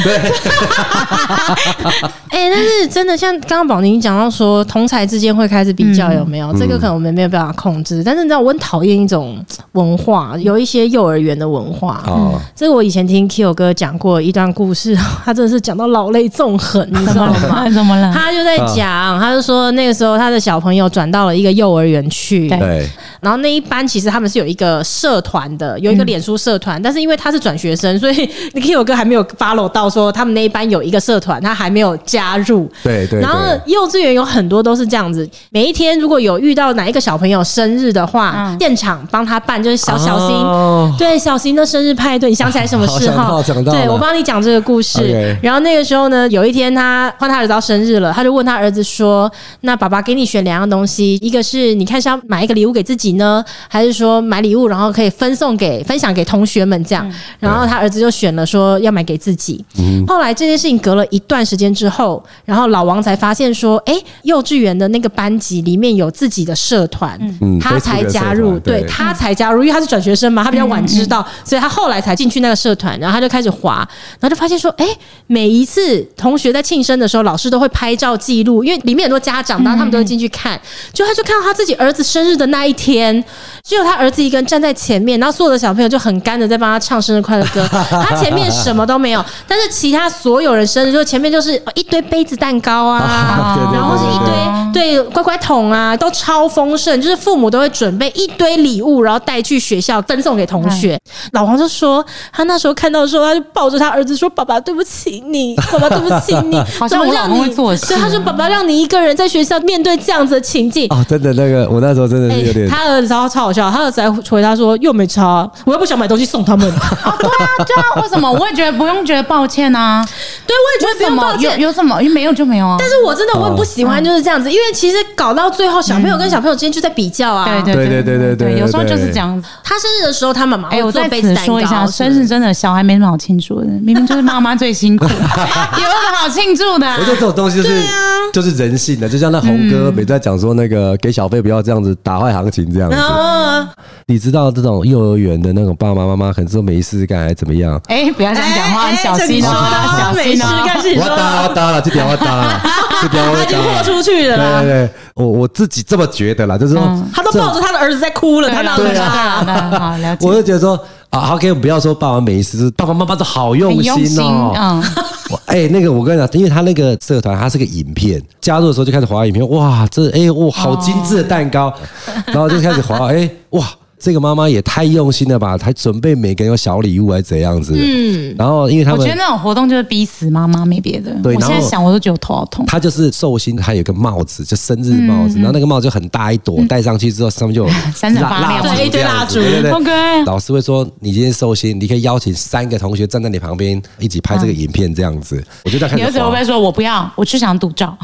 [SPEAKER 2] 哎、但是真的像刚刚宝宁讲到说，同才之间会开始比较，有没有？
[SPEAKER 1] 嗯
[SPEAKER 2] 这个可能我们没有办法控制。但是你知道，我很讨厌一种文化，有一些幼儿园的文化。
[SPEAKER 1] 啊，
[SPEAKER 2] 这个我以前听 Kyo 哥讲过一段故事， 他真的是讲到老泪纵横，你知道吗？
[SPEAKER 3] 哎怎么
[SPEAKER 1] 嗯
[SPEAKER 3] 了？
[SPEAKER 2] 他就在讲，他就说那个时候他的小朋友转到了一个幼儿园去，
[SPEAKER 3] 对
[SPEAKER 1] 对，
[SPEAKER 2] 然后那一班其实他们是有一个社团的，有一个脸书社
[SPEAKER 1] 嗯
[SPEAKER 2] 团，但是因为他是转学生，所以你 Q 哥还没有 follow 到说他们那一班有一个社团，他还没有加入。
[SPEAKER 1] 对对。
[SPEAKER 2] 然后
[SPEAKER 1] 对
[SPEAKER 2] 幼稚园有很多都是这样子，每一天如果有遇到哪一个小朋友生日的话，
[SPEAKER 3] 嗯
[SPEAKER 2] 现场帮他办，就是小小新。
[SPEAKER 1] 哦
[SPEAKER 2] 对小新的生日派对，你想起来什么事
[SPEAKER 1] 啊好
[SPEAKER 2] 哈？
[SPEAKER 1] 想到想到
[SPEAKER 2] 对
[SPEAKER 1] 了
[SPEAKER 2] 我帮你讲这个故事。
[SPEAKER 1] OK
[SPEAKER 2] 然后那个时候呢，有一天他换他儿子到生日了，他就问他儿子说：“那爸爸给你选两样东西，一个是你看是要买一个礼物给自己呢，还是说买礼物然后可以分送给分享给同学们这样？”然后他儿子就选了说要买给自己。后来这件事情隔了一段时间之后，然后老王才发现说：“哎，幼稚园的那个班级里面有自己的社团，
[SPEAKER 1] 嗯
[SPEAKER 2] 他
[SPEAKER 1] Facebook
[SPEAKER 2] 才
[SPEAKER 1] 的社
[SPEAKER 2] 加
[SPEAKER 1] 团
[SPEAKER 2] 入，
[SPEAKER 1] 对，
[SPEAKER 2] 对他才加入，因为他是转学生嘛，他比较晚知道，所以他后来才进去那个社团，然后他就开始滑，然后就发现说，哎、每一次同学在庆生的时候，老师都会拍照记录，因为里面很多家长，然后他们都会进去看，就他就看到他自己儿子生日的那一天，只有他儿子一个人站在前面，然后所有的小朋友就很干的在帮他唱生日快乐歌，他前面什么都没有，但是其他所有人生日就前面就是一堆杯子蛋糕 啊
[SPEAKER 1] 对对对
[SPEAKER 2] 然后是一
[SPEAKER 1] 对对
[SPEAKER 2] 堆对乖乖桶啊，都超丰盛，就是父母都会准备一堆礼物，然后带去学校分送给同学。
[SPEAKER 3] 嗯
[SPEAKER 2] 老王就说，他那时候看到的时候，他就抱着他儿子说：“爸爸，对不起 你，爸爸对不起你，
[SPEAKER 3] 好像
[SPEAKER 2] 怎么
[SPEAKER 3] 我老
[SPEAKER 2] 让
[SPEAKER 3] 公
[SPEAKER 2] 你
[SPEAKER 3] 会做事
[SPEAKER 2] 对，他说：“爸爸让你一个人在学校面对这样子的情情境。
[SPEAKER 1] 哦，真的那个，我那时候真的是有
[SPEAKER 2] 哎，
[SPEAKER 1] 点，
[SPEAKER 2] 他儿子超超好笑，他儿子还回他说又没差啊，我又不想买东西送他 们。
[SPEAKER 3] 对啊，对啊，为什么？我也觉得不用觉得抱歉啊。
[SPEAKER 2] 对，我也觉得
[SPEAKER 3] 为
[SPEAKER 2] 不
[SPEAKER 3] 什
[SPEAKER 2] 用
[SPEAKER 3] 么嗯
[SPEAKER 2] 抱
[SPEAKER 3] 有
[SPEAKER 2] 歉。
[SPEAKER 3] 有什么？没有就没有啊。
[SPEAKER 2] 但是我真的我很不喜欢就是这样子，因为其实搞到最后，小朋友跟小朋友之间就在比较啊。
[SPEAKER 3] 嗯对
[SPEAKER 1] 对对
[SPEAKER 3] 对
[SPEAKER 1] 对对对对
[SPEAKER 3] 有时候就是这样子。
[SPEAKER 2] 他生日的时候，他妈妈
[SPEAKER 3] 哎、
[SPEAKER 2] 会
[SPEAKER 3] 我
[SPEAKER 2] 做
[SPEAKER 3] 在
[SPEAKER 2] 杯
[SPEAKER 3] 此
[SPEAKER 2] 子蛋
[SPEAKER 3] 说一下，
[SPEAKER 2] 糕，
[SPEAKER 3] 生日真的小孩没什么好庆祝的，明明就是妈妈最辛 苦，有什么好庆祝的、啊
[SPEAKER 1] 我？觉得这种东西就是
[SPEAKER 2] 啊
[SPEAKER 1] 就是人性的，就像那红
[SPEAKER 2] 嗯
[SPEAKER 1] 哥每次在讲说那个给小费不要这样子打坏行情这样子，
[SPEAKER 2] 啊，
[SPEAKER 1] 你知道这种幼儿园的那种爸爸妈妈可能说没事干还是怎么样？
[SPEAKER 3] 哎、不要这样讲话，
[SPEAKER 2] 哎哎
[SPEAKER 3] 小心
[SPEAKER 2] 这你说的
[SPEAKER 3] 哦，小
[SPEAKER 2] 没
[SPEAKER 3] 心
[SPEAKER 2] 事
[SPEAKER 3] 哦。
[SPEAKER 2] 干事，你
[SPEAKER 1] 我
[SPEAKER 2] 说
[SPEAKER 1] 要搭我要搭
[SPEAKER 2] 的
[SPEAKER 1] 了，这条我要搭 了，这条我
[SPEAKER 2] 他
[SPEAKER 1] 要
[SPEAKER 2] 已经
[SPEAKER 1] 搭
[SPEAKER 2] 豁
[SPEAKER 1] 了。
[SPEAKER 2] 出去
[SPEAKER 1] 对
[SPEAKER 2] 了
[SPEAKER 1] 对
[SPEAKER 2] 啦，
[SPEAKER 1] 对，我我自己这么觉得啦，就是说
[SPEAKER 3] 嗯
[SPEAKER 2] 他都抱着他的儿子在哭了，他哪有
[SPEAKER 1] 对
[SPEAKER 2] 差
[SPEAKER 1] 啊
[SPEAKER 3] 好的，好了解。
[SPEAKER 1] 我就觉得说啊，OK，不要说爸爸没事，爸爸妈妈都好用
[SPEAKER 3] 很用
[SPEAKER 1] 心
[SPEAKER 3] 心，
[SPEAKER 1] 哦。
[SPEAKER 3] 嗯，
[SPEAKER 1] 我哎、那个我跟你讲，因为他那个社团，它是个影片，加入的时候就开始滑影片，哇，这哎、哇，好精致的蛋
[SPEAKER 3] 哦
[SPEAKER 1] 糕， 然后就开始滑，哎、哇。这个妈妈也太用心了吧！还准备每个人有小礼物，还是怎样子？嗯，然后因为他
[SPEAKER 3] 我觉得
[SPEAKER 1] 们，
[SPEAKER 3] 那种活动就是逼死妈妈，没别的。
[SPEAKER 1] 对
[SPEAKER 3] 我
[SPEAKER 1] 然
[SPEAKER 3] 现
[SPEAKER 1] 后
[SPEAKER 3] 在想我都觉得我头好痛。
[SPEAKER 1] 他就是寿星，他有个帽子，就生日帽
[SPEAKER 2] 嗯
[SPEAKER 1] 子，然后那个帽子就很大一朵，戴上去之后上面就 有
[SPEAKER 3] 闪闪发亮
[SPEAKER 1] 蜡烛
[SPEAKER 2] 对一
[SPEAKER 1] 这
[SPEAKER 2] 堆
[SPEAKER 1] 样子
[SPEAKER 2] 蜡烛
[SPEAKER 1] 对对对
[SPEAKER 3] 好可爱
[SPEAKER 1] 老师会说，你今天寿星，你可以邀请三个同学站在你旁边一起拍这个影片，这样子。我就在看
[SPEAKER 3] 你儿子会不会说：“我不要，我只想独照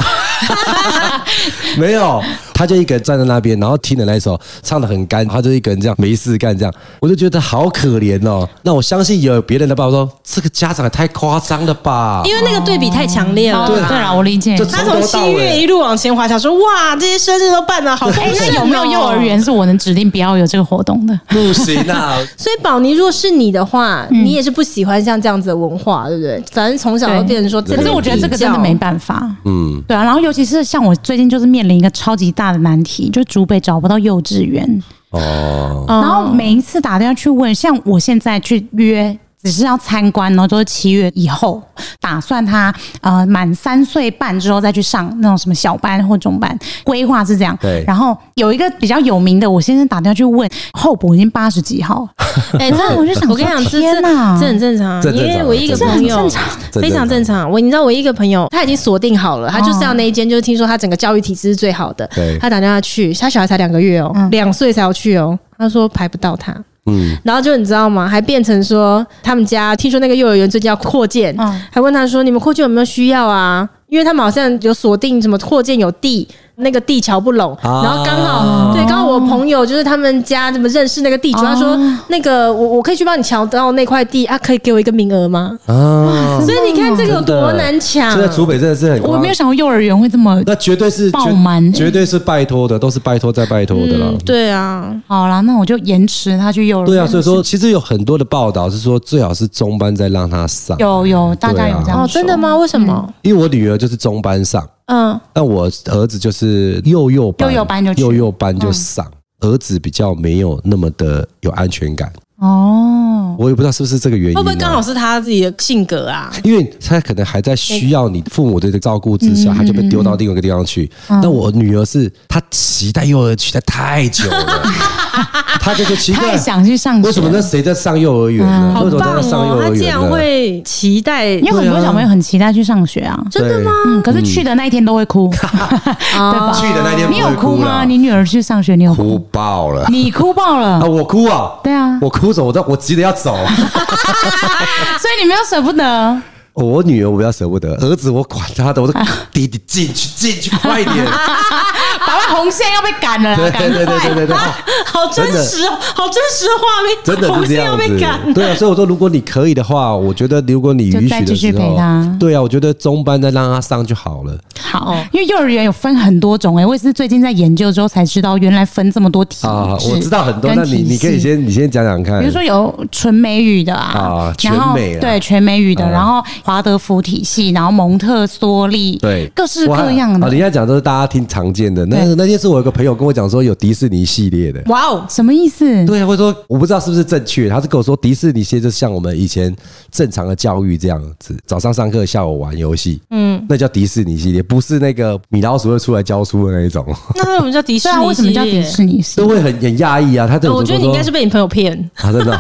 [SPEAKER 1] 没有，他就一个人站在那边，然后听了那一首，唱的很干，他就一个人这样没事干这样，我就觉得好可怜哦。那我相信也有别人的爸爸说，这个家长也太夸张了吧？
[SPEAKER 2] 因为那个对比太强？”烈了。
[SPEAKER 3] 哦 对了，我理解。
[SPEAKER 1] 就
[SPEAKER 2] 他从七月一路往前滑，想说哇，这些生日都办的好丰
[SPEAKER 3] 哎，
[SPEAKER 2] 盛
[SPEAKER 3] 那
[SPEAKER 2] 哦
[SPEAKER 3] 有没有幼儿园？是我能指定不要有这个活动的？
[SPEAKER 1] 不行 啊，
[SPEAKER 2] 所以宝妮，如果是你的话，
[SPEAKER 3] 嗯
[SPEAKER 2] 你也是不喜欢像这样子的文化，对不对？反正从小
[SPEAKER 3] 对
[SPEAKER 2] 就变成说，
[SPEAKER 3] 可是我觉得这个真的没
[SPEAKER 2] 法。
[SPEAKER 3] 办法。
[SPEAKER 1] 嗯，
[SPEAKER 3] 对啊，然后尤其是像我最近就是面临一个超级大的难题，就是竹北找不到幼稚园，
[SPEAKER 1] 哦，
[SPEAKER 3] 然后每一次打电话去问，像我现在去约。只是要参观，然后都是七月以后，打算他呃满三岁半之后再去上那种什么小班或中班，规划是这样。
[SPEAKER 1] 对
[SPEAKER 3] 然后有一个比较有名的，我先生打电话去问，候补已经八十几号，
[SPEAKER 2] 哎，这
[SPEAKER 3] 我就想说
[SPEAKER 2] 我跟你讲，这这
[SPEAKER 3] 天哪
[SPEAKER 2] 这很正常，
[SPEAKER 1] 这很
[SPEAKER 2] 因
[SPEAKER 1] 正常
[SPEAKER 2] 为我一个
[SPEAKER 1] 这
[SPEAKER 2] 朋
[SPEAKER 1] 很
[SPEAKER 2] 友
[SPEAKER 3] 正常
[SPEAKER 1] 这很正常
[SPEAKER 2] 非常正常。我你知道我一个朋友，他已经锁定好了，他就是要那一间，就是听说他整个教育体制是最好的
[SPEAKER 1] 对。
[SPEAKER 2] 他打电话去，他小孩才两个月哦，两岁才要去哦，他说排不到他。
[SPEAKER 1] 嗯，
[SPEAKER 2] 然后就你知道吗？还变成说他们家听说那个幼儿园最近要扩建，
[SPEAKER 3] 嗯
[SPEAKER 2] 还问他说你们扩建有没有需要啊？因为他们好像有锁定什么扩建有地，那个地桥不拢，
[SPEAKER 1] 啊
[SPEAKER 2] 然后刚好对，刚好我朋友就是他们家怎么认识那个地主，他说那个我我可以去帮你瞧到那块地啊，可以给我一个名额吗？
[SPEAKER 1] 啊，
[SPEAKER 3] 嗯
[SPEAKER 2] 所以你看这个有
[SPEAKER 1] 真的
[SPEAKER 2] 多难抢啊
[SPEAKER 1] 现，
[SPEAKER 3] 哦
[SPEAKER 1] 在啊竹北真的是很夸
[SPEAKER 3] 我没有想过幼儿园会这么
[SPEAKER 1] 那绝对是
[SPEAKER 3] 爆满
[SPEAKER 1] 绝绝对是拜托的，都是拜托再拜托的了
[SPEAKER 2] 嗯。对啊，
[SPEAKER 3] 好啦，那我就延迟他去幼儿园。
[SPEAKER 1] 对啊，所以说其实有很多的报道是说，最好是中班再让他上，
[SPEAKER 3] 有有大家有这样、
[SPEAKER 2] 哦，真的？吗？为什么？
[SPEAKER 1] 因为我女儿就是中班上，
[SPEAKER 2] 嗯，
[SPEAKER 1] 那我儿子就是幼幼班，
[SPEAKER 3] 幼幼班就去嗯
[SPEAKER 1] 幼幼班就上。儿子比较没有那么的有安全感，
[SPEAKER 3] 哦，
[SPEAKER 1] 我也不知道是不是这个原因、啊。
[SPEAKER 2] 会不会刚好是他自己的性格啊？
[SPEAKER 1] 因为他可能还在需要你父母的这个照顾之
[SPEAKER 3] 嗯
[SPEAKER 1] 下，他就被丢到另外一个地方去。那我女儿是她期待幼儿园期待太久 了，她就就奇怪
[SPEAKER 3] 太，想去上学，
[SPEAKER 1] 为什么那？谁在上幼儿园呢？
[SPEAKER 3] 嗯
[SPEAKER 2] 好
[SPEAKER 1] 为什么
[SPEAKER 2] 棒
[SPEAKER 1] 在上幼
[SPEAKER 2] 哦，
[SPEAKER 1] 儿
[SPEAKER 2] 他竟
[SPEAKER 1] 园
[SPEAKER 2] 然
[SPEAKER 1] 呢？
[SPEAKER 2] 会期待
[SPEAKER 3] 因为很多小朋友很期待去上学啊。
[SPEAKER 1] 真的吗？
[SPEAKER 3] 嗯，可是去的那一天都会哭，对吧？
[SPEAKER 1] 去的那天
[SPEAKER 3] 你有
[SPEAKER 1] 不会
[SPEAKER 3] 呃哭
[SPEAKER 1] 啦
[SPEAKER 3] 吗？你女儿去上学，你有
[SPEAKER 1] 哭
[SPEAKER 3] 哭？
[SPEAKER 1] 爆了
[SPEAKER 3] 你哭爆了
[SPEAKER 1] 啊！，我哭啊！
[SPEAKER 3] 对啊
[SPEAKER 1] 我哭着，我都我急着要 走。
[SPEAKER 3] 所以你没有舍 不得。
[SPEAKER 1] 哦我女儿我比较舍不得，儿子我管他 的，我说弟弟进去进去快点，
[SPEAKER 3] 百万红线要被赶了啦，
[SPEAKER 1] 对
[SPEAKER 3] 赶
[SPEAKER 1] 对对对对
[SPEAKER 3] 快！
[SPEAKER 1] 对对，哦
[SPEAKER 2] 好真实哦，好真实的画面，
[SPEAKER 1] 真的
[SPEAKER 2] 红
[SPEAKER 1] 是这
[SPEAKER 2] 线
[SPEAKER 1] 样
[SPEAKER 2] 要被赶
[SPEAKER 1] 子。。对啊，所以我说如果你可以的话，我觉得如果你允许
[SPEAKER 3] 就再
[SPEAKER 1] 的
[SPEAKER 3] 继续
[SPEAKER 1] 时
[SPEAKER 3] 陪
[SPEAKER 1] 候
[SPEAKER 3] 他，
[SPEAKER 1] 对啊，我觉得中班再让他上就好了。
[SPEAKER 3] 好，因为幼儿园有分很多种哎、我也是最近在研究之后才知道，原来分这么多体制
[SPEAKER 1] 啊，我知道很多，
[SPEAKER 3] 跟
[SPEAKER 1] 那你
[SPEAKER 3] 体
[SPEAKER 1] 你可以
[SPEAKER 3] 系
[SPEAKER 1] 先你先讲讲看，
[SPEAKER 3] 比如说有纯美语的啊，
[SPEAKER 1] 啊
[SPEAKER 3] 然后
[SPEAKER 1] 全美啊
[SPEAKER 3] 对全美语的，
[SPEAKER 1] 啊
[SPEAKER 3] 然后华德福体系，然后蒙特梭利，
[SPEAKER 1] 对，
[SPEAKER 3] 各式
[SPEAKER 1] 我还
[SPEAKER 3] 各样
[SPEAKER 1] 啊，
[SPEAKER 3] 的
[SPEAKER 1] 人。家讲都是大家听常见的。那
[SPEAKER 3] 对嗯
[SPEAKER 1] 那天是我有个朋友跟我讲说有迪士尼系列的。
[SPEAKER 2] 哇哦，
[SPEAKER 3] 什么意思？
[SPEAKER 1] 对啊，我说我不知道是不是正确，他是跟我说迪士尼系列就像我们以前正常的教育这样子，早上上课，下午玩游戏，嗯，那叫迪士尼系列，不是那个米老鼠会出来教书的那一种，
[SPEAKER 2] 那为什么叫迪士
[SPEAKER 3] 对
[SPEAKER 2] 尼系
[SPEAKER 3] 啊，
[SPEAKER 2] 列？
[SPEAKER 3] 为什么叫迪士尼系
[SPEAKER 1] 都会很很讶异啊。他这
[SPEAKER 2] 呃
[SPEAKER 1] 种
[SPEAKER 2] 我觉得你应该是被你朋友骗。
[SPEAKER 1] 啊，真的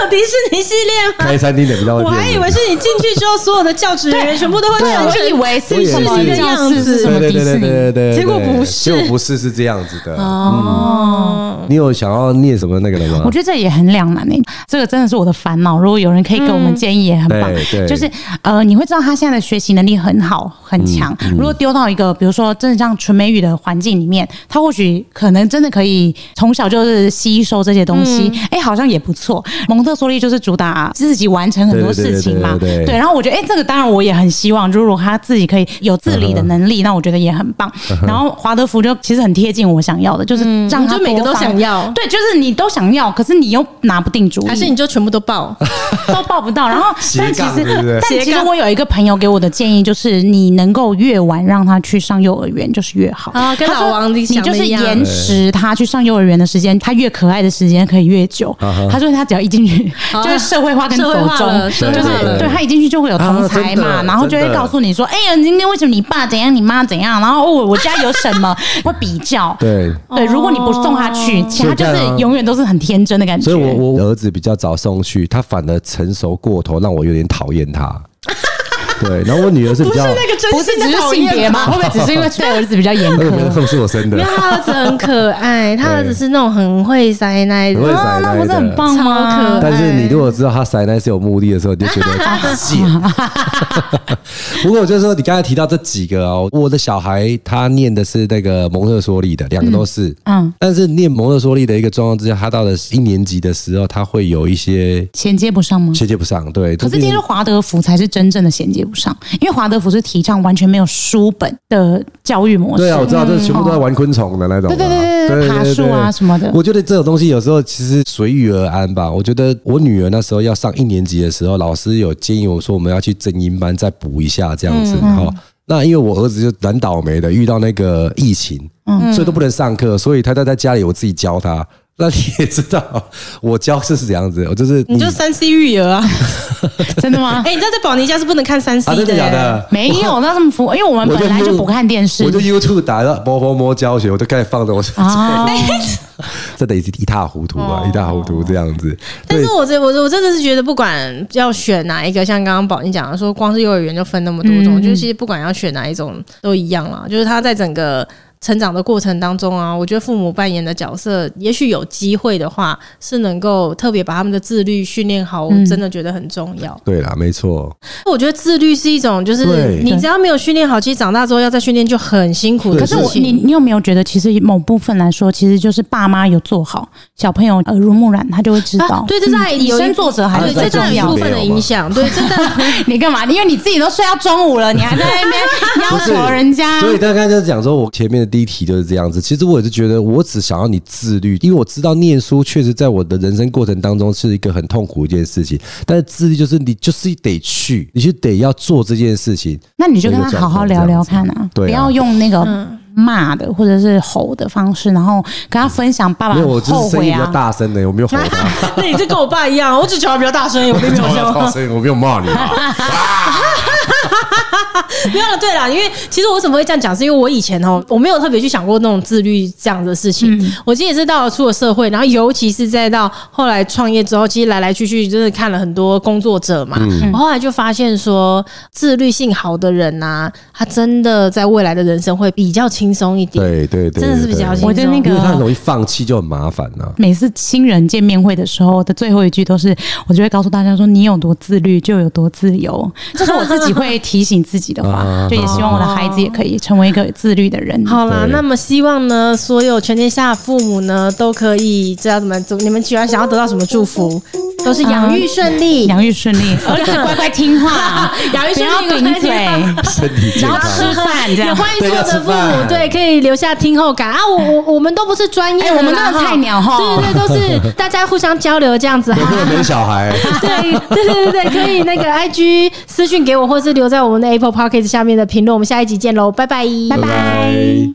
[SPEAKER 1] 哦、
[SPEAKER 2] 的有迪士尼系列吗？
[SPEAKER 1] 开餐厅的比较会
[SPEAKER 2] 我
[SPEAKER 1] 骗人
[SPEAKER 2] 还以为是你进去之后，所有的教职人员全部都会
[SPEAKER 3] 对，啊
[SPEAKER 2] 穿
[SPEAKER 3] 我
[SPEAKER 2] 成
[SPEAKER 3] 以为
[SPEAKER 1] 啊我
[SPEAKER 3] 是
[SPEAKER 1] 也是
[SPEAKER 3] 什么教室是什么
[SPEAKER 1] 对对对对
[SPEAKER 3] 迪士
[SPEAKER 1] 对对
[SPEAKER 3] 尼
[SPEAKER 1] 对，
[SPEAKER 2] 结果不
[SPEAKER 1] 结果不是是这样子的。
[SPEAKER 3] 哦。
[SPEAKER 1] 你有想要念什么那个的吗？
[SPEAKER 3] 我觉得这也很两难诶、欸这个真的是我的烦恼。如果有人可以给我们建议，也很棒。
[SPEAKER 1] 嗯对对
[SPEAKER 3] 就是呃，你会知道他现在的学习能力很好很强。
[SPEAKER 1] 嗯
[SPEAKER 3] 如果丢到一个比如说真的像纯美语的环境里面，他或许可能真的可以从小就是吸收这些东西。
[SPEAKER 1] 嗯
[SPEAKER 3] 哎、好像也不错。蒙特梭利就是主打自己完成很多事情嘛，
[SPEAKER 1] 对对对对对对
[SPEAKER 3] 然后我觉得哎、这个当然我也很希望，如果他自己可以有自理的能力，那我觉得也很棒。
[SPEAKER 1] 嗯
[SPEAKER 3] 然后华德福就其实很贴近我想要的，就是让他
[SPEAKER 2] 你就每个
[SPEAKER 3] 多
[SPEAKER 2] 都
[SPEAKER 3] 方
[SPEAKER 2] 想要
[SPEAKER 3] 对，就是你都想要，可是你又拿不定主意，
[SPEAKER 2] 还是你就全部都 报？
[SPEAKER 3] 都报不到。然后，
[SPEAKER 1] 斜
[SPEAKER 3] 但其
[SPEAKER 1] 杠
[SPEAKER 3] 实，
[SPEAKER 1] 对不对
[SPEAKER 3] 但其
[SPEAKER 2] 斜
[SPEAKER 3] 实
[SPEAKER 2] 杠
[SPEAKER 3] 我有一个朋友给我的建议就是，你能够越晚让他去上幼儿园，就是越好。
[SPEAKER 2] 啊跟
[SPEAKER 3] 他说
[SPEAKER 2] 老王理
[SPEAKER 3] 你
[SPEAKER 2] 想的
[SPEAKER 3] 就是
[SPEAKER 2] 一样
[SPEAKER 3] 延迟他去上幼儿园的时间，他越可爱的时间可以越久。
[SPEAKER 1] 啊
[SPEAKER 3] 他说他只要一进去，
[SPEAKER 2] 啊
[SPEAKER 3] 就是社会化跟
[SPEAKER 2] 社
[SPEAKER 3] 走
[SPEAKER 2] 会化
[SPEAKER 3] 中，
[SPEAKER 2] 了
[SPEAKER 3] 就
[SPEAKER 2] 社
[SPEAKER 1] 会
[SPEAKER 3] 是
[SPEAKER 1] 化了
[SPEAKER 3] 对他一进去就会有同才
[SPEAKER 1] 啊
[SPEAKER 3] 嘛，
[SPEAKER 1] 真的
[SPEAKER 3] 然后就会
[SPEAKER 1] 真的
[SPEAKER 3] 告诉你说，哎呀，今天为什么你爸怎样，你妈怎样，然后哦，我我家有什么 会比较。
[SPEAKER 1] 对，
[SPEAKER 3] 对，如果你不送他去，其他就
[SPEAKER 1] 所以这样
[SPEAKER 3] 是
[SPEAKER 1] 啊
[SPEAKER 3] 永远都是很天真的感觉。
[SPEAKER 1] 所以我我儿子比较早送去，他反而成熟过头，让我有点讨厌 他。对，然后我女儿是比较，
[SPEAKER 2] 个真
[SPEAKER 3] 不是只是性别 吗？？会不会只是因为对儿子比较严
[SPEAKER 1] 那个不是
[SPEAKER 3] 苛？
[SPEAKER 1] 不是我生的
[SPEAKER 2] 没，有，他儿子很 可爱，他儿子是那种很会塞奶
[SPEAKER 1] 很会
[SPEAKER 2] 的，哦
[SPEAKER 1] 塞
[SPEAKER 3] 那
[SPEAKER 1] 奶
[SPEAKER 3] 不是很
[SPEAKER 1] 的。
[SPEAKER 3] 棒
[SPEAKER 2] 超可
[SPEAKER 3] 吗
[SPEAKER 2] 爱？
[SPEAKER 1] 但是你如果知道他塞奶是有目的的时候，你就觉得 贱。不过我就说，你刚才提到这几个哦，我的小孩他念的是那个蒙特梭利的，两个都是。
[SPEAKER 3] 嗯，
[SPEAKER 1] 但是念蒙特梭利的一个状况之下，他到了一年级的时候，他会有一些
[SPEAKER 3] 衔接不上吗？
[SPEAKER 1] 衔接不上，对。
[SPEAKER 3] 可是
[SPEAKER 1] 就
[SPEAKER 3] 听
[SPEAKER 1] 变
[SPEAKER 3] 说
[SPEAKER 1] 成
[SPEAKER 3] 华德福才是真正的衔接不上，因为华德福是提倡完全没有书本的教育模式。
[SPEAKER 1] 对啊，我知道，这全部都在玩昆虫的那种啊。
[SPEAKER 3] 哦对对对对对，爬树啊什么的。
[SPEAKER 1] 我觉得这种东西有时候其实随遇而安吧。我觉得我女儿那时候要上一年级的时候，老师有建议我说我们要去正音班再补一下这样
[SPEAKER 3] 嗯
[SPEAKER 1] 子哈。那因为我儿子就蛮倒霉的，遇到那个疫情，所以都不能上课，所以他在在家里我自己教他。那你也知道，我教是怎样子，我就是
[SPEAKER 2] 你就三 C 育儿啊！
[SPEAKER 3] 真的吗？
[SPEAKER 2] 哎，你知道在保尼家是不能看三
[SPEAKER 1] 啊，真
[SPEAKER 2] C
[SPEAKER 1] 的假
[SPEAKER 2] 的，
[SPEAKER 1] 的？
[SPEAKER 3] 没有，那这么服，因为我们
[SPEAKER 1] 我就
[SPEAKER 3] 本来就不看电视
[SPEAKER 1] 我就 YouTube 打到摸摸摸教学，我就开始放着，我说、
[SPEAKER 3] 啊。哦
[SPEAKER 1] 真的是一塌糊涂啊，一塌糊涂这样子。
[SPEAKER 2] 但
[SPEAKER 1] 对。
[SPEAKER 2] 是我这我我真的是觉得，不管要选哪一个，像刚刚宝妮讲的说，光是幼儿园就分那么多种，
[SPEAKER 3] 嗯
[SPEAKER 2] 就是其实不管要选哪一种都一样啦。就是他在整个成长的过程当中啊，我觉得父母扮演的角色，也许有机会的话，是能够特别把他们的自律训练好，我
[SPEAKER 3] 嗯
[SPEAKER 2] 真的觉得很重要。
[SPEAKER 1] 对啦，没错，
[SPEAKER 2] 我觉得自律是一种，就是
[SPEAKER 1] 对
[SPEAKER 2] 你只要没有训练好，其实长大之后要再训练就很辛苦
[SPEAKER 1] 对
[SPEAKER 2] 的
[SPEAKER 3] 可
[SPEAKER 2] 事
[SPEAKER 3] 是
[SPEAKER 2] 情。
[SPEAKER 3] 我，你你有没有觉得，其实某部分来说，其实就是爸妈有做好，小朋友耳濡目染，他就会知道
[SPEAKER 2] 啊。对，这当然
[SPEAKER 3] 嗯以
[SPEAKER 2] 有一啊
[SPEAKER 3] 身作则还
[SPEAKER 2] 对，
[SPEAKER 3] 是
[SPEAKER 1] 在
[SPEAKER 2] 这
[SPEAKER 3] 最
[SPEAKER 2] 当
[SPEAKER 3] 重
[SPEAKER 2] 然有一
[SPEAKER 3] 要
[SPEAKER 2] 部
[SPEAKER 1] 重
[SPEAKER 3] 的。
[SPEAKER 2] 分的影响，对，这当然
[SPEAKER 3] 你干嘛？因为你自己都睡到中午了，你还在那 边要求人家。
[SPEAKER 1] 所以刚刚就讲说，我前面的第一题就是这样子。其实我也是觉得，我只想要你自律，因为我知道念书确实在我的人生过程当中是一个很痛苦的一件事情。但是自律就是你就是得去，你就得要做这件事情。
[SPEAKER 3] 那你就跟他好好聊聊看啊，
[SPEAKER 1] 对啊
[SPEAKER 3] 不要用那个
[SPEAKER 2] 嗯
[SPEAKER 3] 骂的或者是吼的方式，然后跟他分享爸爸
[SPEAKER 1] 没有，我就是
[SPEAKER 3] 后
[SPEAKER 1] 声音
[SPEAKER 3] 悔
[SPEAKER 1] 比较
[SPEAKER 3] 啊。
[SPEAKER 1] 大声的，我没有吼他，
[SPEAKER 2] 那你这跟我爸一样，我只讲话比较大声而已，我并没有说。
[SPEAKER 1] 声音，我没有骂你 啊。
[SPEAKER 2] 没有了，对啦，因为其实我为什么会这样讲，是因为我以前哦，我没有特别去想过那种自律这样的事情。
[SPEAKER 3] 嗯
[SPEAKER 2] 我其实也是到了出了社会，然后尤其是在到后来创业之后，其实来来去去真的看了很多工作者嘛，
[SPEAKER 1] 嗯
[SPEAKER 3] 嗯
[SPEAKER 2] 我后来就发现说，自律性好的人呐、他真的在未来的人生会比较轻松一点。
[SPEAKER 1] 对对对，
[SPEAKER 2] 真的是比较
[SPEAKER 1] 对嗯
[SPEAKER 2] 轻
[SPEAKER 3] 我的那
[SPEAKER 1] 因为他很
[SPEAKER 3] 个
[SPEAKER 1] 容易放弃，就很麻烦啊呐。
[SPEAKER 3] 每次新人见面会的时候的最后一句都是，我就会告诉大家说，你有多自律就有多自由。这是我自己会提醒自己的话，
[SPEAKER 1] 啊
[SPEAKER 3] 就也希望我的孩子也可以成为一个自律的人。
[SPEAKER 2] 好啦，
[SPEAKER 1] 对
[SPEAKER 2] 那么希望呢，所有全天下的父母呢，都可以知道怎么，你们喜欢想要得到什么祝福，都是养育顺利，，
[SPEAKER 3] 养育顺利，儿子乖乖听话
[SPEAKER 2] 养育
[SPEAKER 3] 不
[SPEAKER 2] 顺
[SPEAKER 3] 要
[SPEAKER 2] 利
[SPEAKER 3] 顶 嘴，
[SPEAKER 1] 身体健
[SPEAKER 3] 然后
[SPEAKER 1] 康，
[SPEAKER 3] 吃饭这
[SPEAKER 2] 也
[SPEAKER 3] 样。
[SPEAKER 2] 欢迎所有的父
[SPEAKER 1] 对要吃
[SPEAKER 2] 母
[SPEAKER 1] 饭
[SPEAKER 2] 对可以留下听后感啊！我我我们都不是专业的
[SPEAKER 3] 哎
[SPEAKER 2] 啦，
[SPEAKER 3] 我们都是
[SPEAKER 2] 哈
[SPEAKER 3] 菜鸟哈
[SPEAKER 2] 对对对，都是大家互相交流这样子
[SPEAKER 1] 我
[SPEAKER 2] 哈
[SPEAKER 1] 根。本没小 孩。
[SPEAKER 2] 对对对对对，可以那个 I G 私讯给我，或是留在我们的 Apple p o c k e t 下面的评论。我们下一集见喽，拜拜，
[SPEAKER 1] 拜拜。